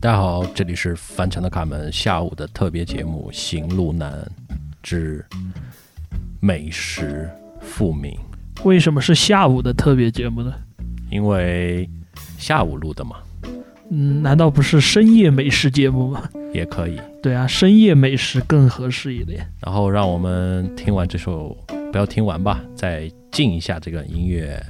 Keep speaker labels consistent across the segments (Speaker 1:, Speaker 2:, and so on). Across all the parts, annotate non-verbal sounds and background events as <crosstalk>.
Speaker 1: 大家好，这里是翻墙的卡门下午的特别节目《行路难之美食复明》，
Speaker 2: 为什么是下午的特别节目呢？
Speaker 1: 因为下午录的嘛，
Speaker 2: 嗯，难道不是深夜美食节目吗？ <laughs>
Speaker 1: 也可以。
Speaker 2: 对啊，深夜美食更合适一点。
Speaker 1: 然后让我们听完这首，不要听完吧，再静一下这个音乐。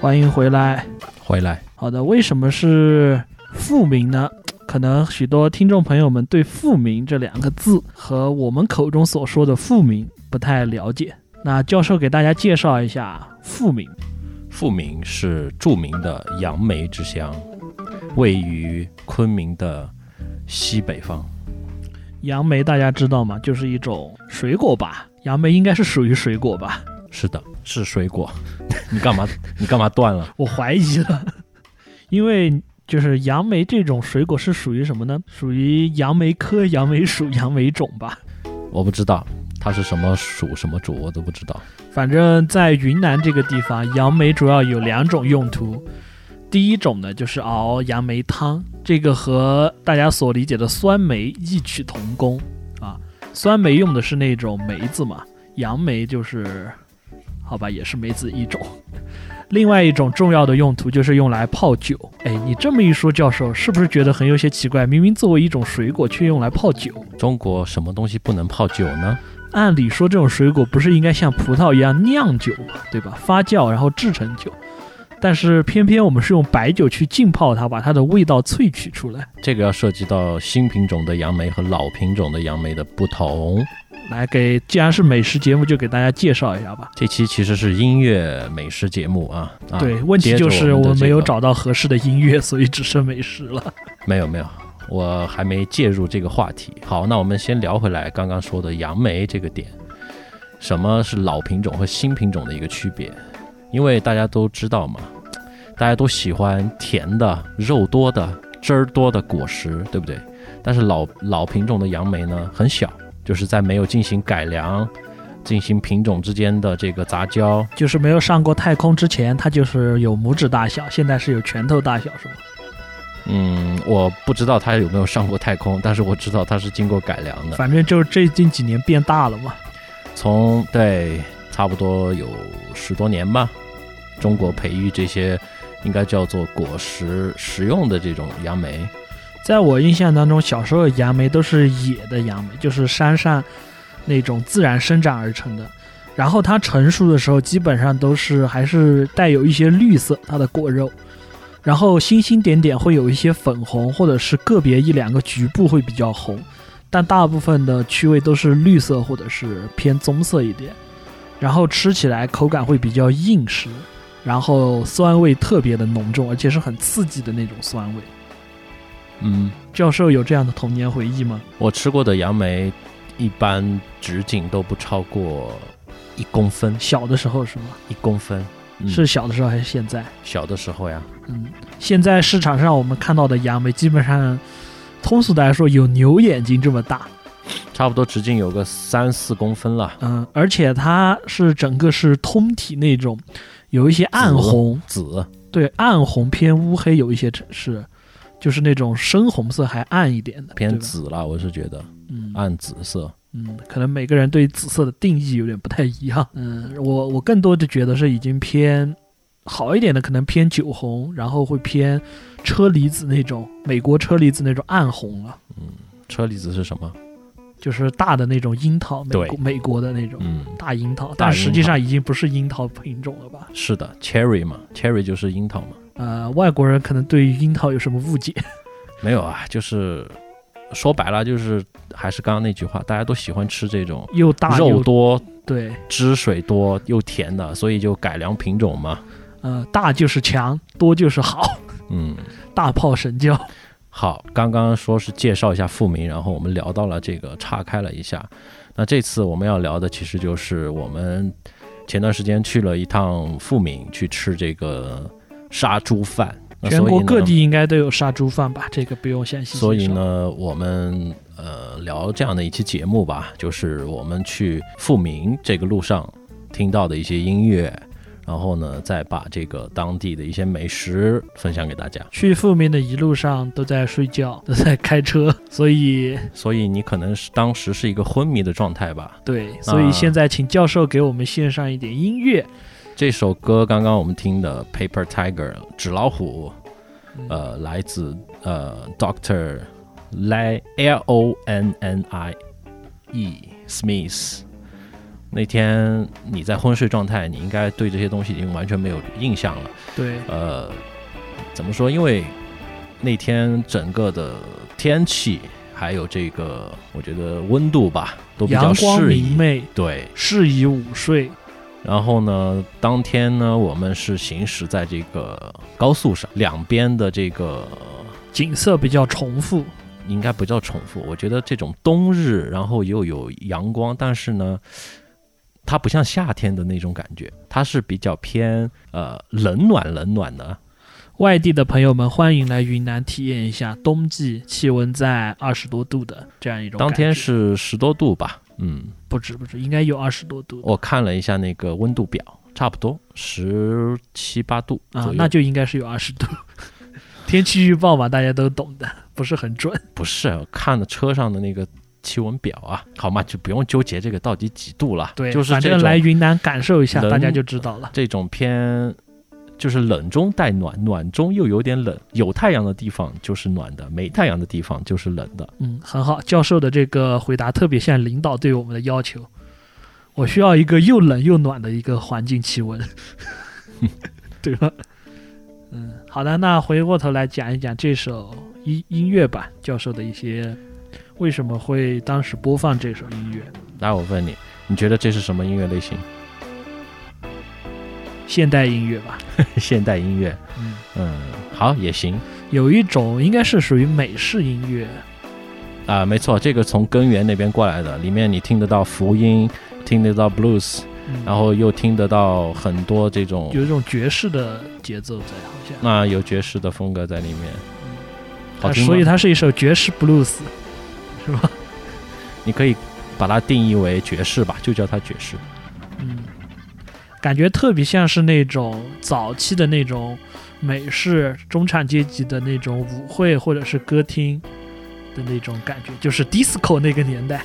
Speaker 2: 欢迎回来。
Speaker 1: 回来，
Speaker 2: 好的，为什么是复明呢？可能许多听众朋友们对“复明”这两个字和我们口中所说的“复明”不太了解。那教授给大家介绍一下复明。
Speaker 1: 富明是著名的杨梅之乡，位于昆明的西北方。
Speaker 2: 杨梅大家知道吗？就是一种水果吧。杨梅应该是属于水果吧？
Speaker 1: 是的，是水果。 <laughs> 你干嘛？你干嘛断了？
Speaker 2: 我怀疑了，因为就是杨梅这种水果是属于什么呢？属于杨梅科、杨梅属、杨梅种吧。
Speaker 1: 我不知道它是什么属什么主，我都不知道。
Speaker 2: 反正，在云南这个地方，杨梅主要有两种用途。第一种呢，就是熬杨梅汤，这个和大家所理解的酸梅异曲同工啊。酸梅用的是那种梅子嘛，杨梅就是，好吧，也是梅子一种。另外一种重要的用途就是用来泡酒。哎，你这么一说，教授是不是觉得很有些奇怪？明明作为一种水果，却用来泡酒。
Speaker 1: 中国什么东西不能泡酒呢？
Speaker 2: 按理说，这种水果不是应该像葡萄一样酿酒嘛，对吧？发酵然后制成酒，但是偏偏我们是用白酒去浸泡它，把它的味道萃取出来，
Speaker 1: 这个要涉及到新品种的杨梅和老品种的杨梅的不同。
Speaker 2: 来给。既然是美食节目，就给大家介绍一下吧。
Speaker 1: 这期其实是音乐美食节目啊。啊
Speaker 2: 对，问题就
Speaker 1: 接
Speaker 2: 是
Speaker 1: 着我们的
Speaker 2: 我没有
Speaker 1: 这个
Speaker 2: 找到合适的音乐，所以只剩美食了。
Speaker 1: 没有没有，我还没介入这个话题。好，那我们先聊回来刚刚说的杨梅这个点，什么是老品种和新品种的一个区别？因为大家都知道嘛，大家都喜欢甜的、肉多的、汁儿多的果实，对不对？但是老老品种的杨梅呢，很小，就是在没有进行改良、进行品种之间的这个杂交，
Speaker 2: 就是没有上过太空之前，它就是有拇指大小，现在是有拳头大小，是吗？
Speaker 1: 嗯，我不知道它有没有上过太空，但是我知道它是经过改良的。
Speaker 2: 反正就是最近几年变大了嘛。
Speaker 1: 从对差不多有十多年吧，中国培育这些应该叫做果实食用的这种杨梅，
Speaker 2: 在我印象当中，小时候的杨梅都是野的杨梅，就是山上那种自然生长而成的。然后它成熟的时候，基本上都是还是带有一些绿色，它的果肉，然后星星点点会有一些粉红，或者是个别一两个局部会比较红，但大部分的区位都是绿色或者是偏棕色一点。然后吃起来口感会比较硬实，然后酸味特别的浓重，而且是很刺激的那种酸味。
Speaker 1: 嗯，
Speaker 2: 教授有这样的童年回忆吗？
Speaker 1: 我吃过的杨梅一般直径都不超过一公分，
Speaker 2: 小的时候是吗？
Speaker 1: 一公分、嗯
Speaker 2: 是小的时候还是现在？
Speaker 1: 小的时候呀，
Speaker 2: 嗯，现在市场上我们看到的杨梅，基本上通俗的来说有牛眼睛这么大，
Speaker 1: 差不多直径有个三四公分了，
Speaker 2: 嗯，而且它是整个是通体那种，有一些暗红，
Speaker 1: 紫，
Speaker 2: 对，暗红偏乌黑，有一些是，就是那种深红色还暗一点的，
Speaker 1: 偏
Speaker 2: 对吧，
Speaker 1: 紫了，我是觉得
Speaker 2: 嗯，
Speaker 1: 暗紫色。
Speaker 2: 嗯，可能每个人对紫色的定义有点不太一样。嗯，我我更多的觉得是已经偏好一点的可能偏酒红，然后会偏车厘子那种美国车厘子那种暗红了，
Speaker 1: 车厘子是什么？
Speaker 2: 就是大的那种樱桃，美
Speaker 1: 对
Speaker 2: 国美国的那种。
Speaker 1: 嗯，
Speaker 2: 大樱桃，
Speaker 1: 大
Speaker 2: 但
Speaker 1: 樱桃
Speaker 2: 实际上已经不是樱桃品种了吧？
Speaker 1: 是的，cherry 嘛，cherry 就是樱桃嘛。
Speaker 2: 呃，外国人可能对于樱桃有什么误解？ <laughs>
Speaker 1: 没有啊，就是说白了，就是还是刚刚那句话，大家都喜欢吃这种
Speaker 2: 又大又
Speaker 1: 肉多、
Speaker 2: 对，
Speaker 1: 汁水多又甜的，所以就改良品种嘛。
Speaker 2: 呃，大就是强，多就是好， <laughs>
Speaker 1: 嗯，
Speaker 2: 大炮神
Speaker 1: 啊
Speaker 2: 教。
Speaker 1: 好，刚刚说是介绍一下复明，然后我们聊到了这个，岔开了一下。那这次我们要聊的其实就是我们前段时间去了一趟富明，去吃这个杀猪饭。那
Speaker 2: 全
Speaker 1: 所以
Speaker 2: 国
Speaker 1: 呢
Speaker 2: 各地应该都有杀猪饭吧？这个不用详细介绍。
Speaker 1: 所以，呢，我们呃聊这样的一期节目吧，就是我们去富明这个路上听到的一些音乐，然后呢，再把这个当地的一些美食分享给大家。
Speaker 2: 去富民的一路上都在睡觉， <laughs> 都在开车，所以
Speaker 1: 所以你可能是当时是一个昏迷的状态吧。
Speaker 2: 对，所以现在请教授给我们献上一点音乐。
Speaker 1: 这首歌刚刚我们听的《Paper Tiger》纸老虎，
Speaker 2: 嗯，
Speaker 1: 呃，来自呃 Doctor Lai L O N N I E Smith。那天你在昏睡状态，你应该对这些东西已经完全没有印象了。
Speaker 2: 对，
Speaker 1: 呃，怎么说？因为那天整个的天气还有这个，我觉得温度吧，都比较
Speaker 2: 阳光
Speaker 1: 适宜
Speaker 2: 明。媚，
Speaker 1: 对，
Speaker 2: 适宜午睡。
Speaker 1: 然后呢，当天呢，我们是行驶在这个高速上，两边的这个
Speaker 2: 景色比较重复，
Speaker 1: 应该不叫重复。我觉得这种冬日，然后又有阳光，但是呢，它不像夏天的那种感觉，它是比较偏呃冷暖冷暖的。
Speaker 2: 外地的朋友们欢迎来云南体验一下冬季气温在二十多度的这样一种感
Speaker 1: 当
Speaker 2: 觉。
Speaker 1: 天是十多度吧，嗯，
Speaker 2: 不止不止，应该有二十多度
Speaker 1: 我看了一下那个温度表，差不多十七八度
Speaker 2: 啊
Speaker 1: 左，右。
Speaker 2: 那就应该是有二十度。 <laughs> 天气预报嘛，大家都懂的，不是很准。
Speaker 1: 不是我看了车上的那个气温表啊，好嘛，就不用纠结这个到底几度了。
Speaker 2: 对，
Speaker 1: 就是
Speaker 2: 反
Speaker 1: 这
Speaker 2: 正
Speaker 1: 种
Speaker 2: 来云南感受一下，
Speaker 1: 冷
Speaker 2: 大家就知道了。
Speaker 1: 这种偏就是冷中带暖，暖中又有点冷。有太阳的地方就是暖的，没太阳的地方就是冷的。
Speaker 2: 嗯，很好，教授的这个回答特别像领导对我们的要求。我需要一个又冷又暖的一个环境
Speaker 1: <laughs>
Speaker 2: 气温，对吧？嗯，好的，那回过头来讲一讲这首音音乐吧，教授的一些为什么会当时播放这首音乐？
Speaker 1: 来，我问你，你觉得这是什么音乐类型？
Speaker 2: 现代音乐吧，
Speaker 1: 现代音乐，
Speaker 2: 嗯，
Speaker 1: 嗯，好也行
Speaker 2: 有一种应该是属于美式音乐，
Speaker 1: 啊、没错，这个从根源那边过来的，里面你听得到福音，听得到 blues，
Speaker 2: 嗯、
Speaker 1: 然后又听得到很多这种
Speaker 2: 有一种爵士的节奏在，好像。
Speaker 1: 那、有爵士的风格在里面，好
Speaker 2: 它
Speaker 1: 听吗。
Speaker 2: 呃所以它是一首爵士 blues，是吧？
Speaker 1: 你可以把它定义为爵士吧，就叫它爵士。
Speaker 2: 嗯，感觉特别像是那种早期的那种美式中产阶级的那种舞会或者是歌厅的那种感觉，就是 disco 那个年代。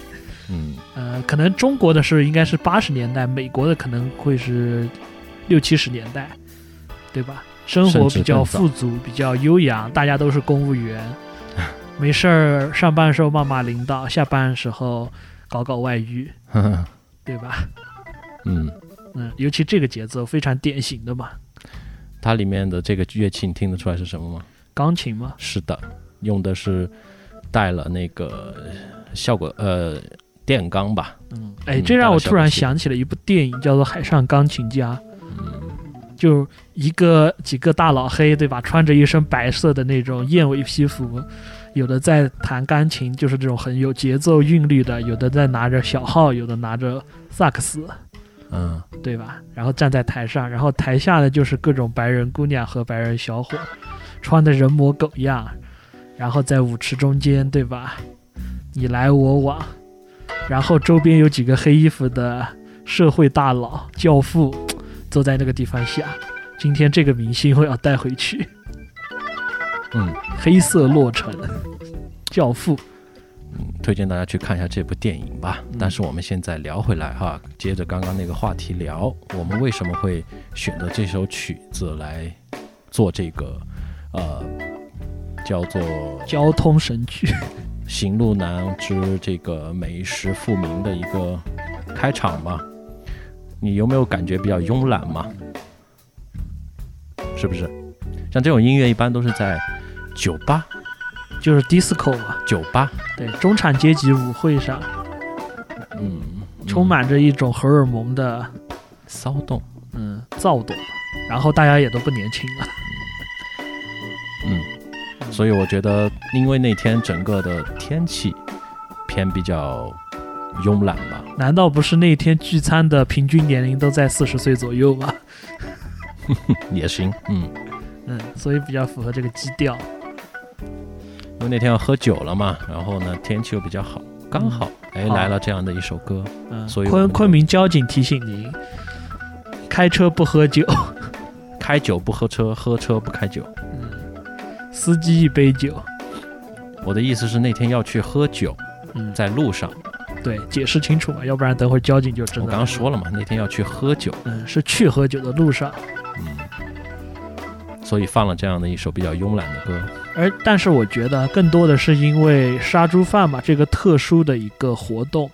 Speaker 1: 嗯， <laughs>
Speaker 2: 呃，可能中国的是应该是八十年代，美国的可能会是六七十年代，对吧？生活
Speaker 1: 甚至
Speaker 2: 比较
Speaker 1: 更早
Speaker 2: 富足，比较悠扬，大家都是公务员，没事儿上班时候骂骂领导，下班时候搞搞外遇，
Speaker 1: 呵呵
Speaker 2: 对吧？
Speaker 1: 嗯。
Speaker 2: 嗯，尤其这个节奏非常典型的嘛，
Speaker 1: 它里面的这个乐器你听得出来是什么吗？
Speaker 2: 钢琴嘛，
Speaker 1: 是的，用的是带了那个呃效果呃电钢吧，
Speaker 2: 嗯，哎，
Speaker 1: 嗯
Speaker 2: 这让我突
Speaker 1: 大
Speaker 2: 然
Speaker 1: 小提琴
Speaker 2: 想起了一部电影，叫做《海上钢琴家
Speaker 1: 嗯，》，
Speaker 2: 就一个几个大老黑，对吧？穿着一身白色的那种燕尾西服，有的在弹钢琴，就是这种很有节奏韵律的；有的在拿着小号，有的拿着萨克斯，
Speaker 1: 嗯
Speaker 2: 对吧？然后站在台上，然后台下的就是各种白人姑娘和白人小伙，穿的人模狗样，然后在舞池中间，对吧？你来我往，然后周边有几个黑衣服的社会大佬、教父，坐在那个地方想，今天这个明星我要带回去，
Speaker 1: 嗯，
Speaker 2: <laughs> 黑色洛城，教父，
Speaker 1: 推荐大家去看一下这部电影吧。但是我们现在聊回来哈，接着刚刚那个话题聊，我们为什么会选择这首曲子来做这个呃叫做
Speaker 2: 交通神曲，
Speaker 1: 《行路难之这个美食复明》的一个开场嘛？你有没有感觉比较慵懒嘛？是不是？像这种音乐一般都是在酒吧、
Speaker 2: 就是 disco 嘛，
Speaker 1: 酒吧，
Speaker 2: 对，中产阶级舞会上
Speaker 1: 嗯，
Speaker 2: 充满着一种荷尔蒙的
Speaker 1: 骚动。
Speaker 2: 嗯躁动，然后大家也都不年轻了。
Speaker 1: 所以我觉得，因为那天整个的天气偏比较慵懒吧，
Speaker 2: 难道不是那天聚餐的平均年龄都在四十岁左右吗？
Speaker 1: 也行，嗯，
Speaker 2: 嗯，所以比较符合这个基调。
Speaker 1: 因为那天要喝酒了嘛，然后呢天气又比较好，刚好哎
Speaker 2: 好
Speaker 1: 来了这样的一首歌，
Speaker 2: 嗯，
Speaker 1: 所以我
Speaker 2: 昆
Speaker 1: 们
Speaker 2: 昆明交警提醒您，开车不喝酒，
Speaker 1: 开酒不喝车，喝车不开酒。
Speaker 2: 嗯司机一杯酒。
Speaker 1: 我的意思是那天要去喝酒，
Speaker 2: 嗯，
Speaker 1: 在路上，
Speaker 2: 对，解释清楚嘛，要不然等会儿交警就知
Speaker 1: 我
Speaker 2: 道。
Speaker 1: 刚刚，说了嘛，那天要去喝酒，
Speaker 2: 嗯，是去喝酒的路上，
Speaker 1: 嗯，所以放了这样的一首比较慵懒的歌，
Speaker 2: 而但是我觉得更多的是因为杀猪饭嘛这个特殊的一个活动，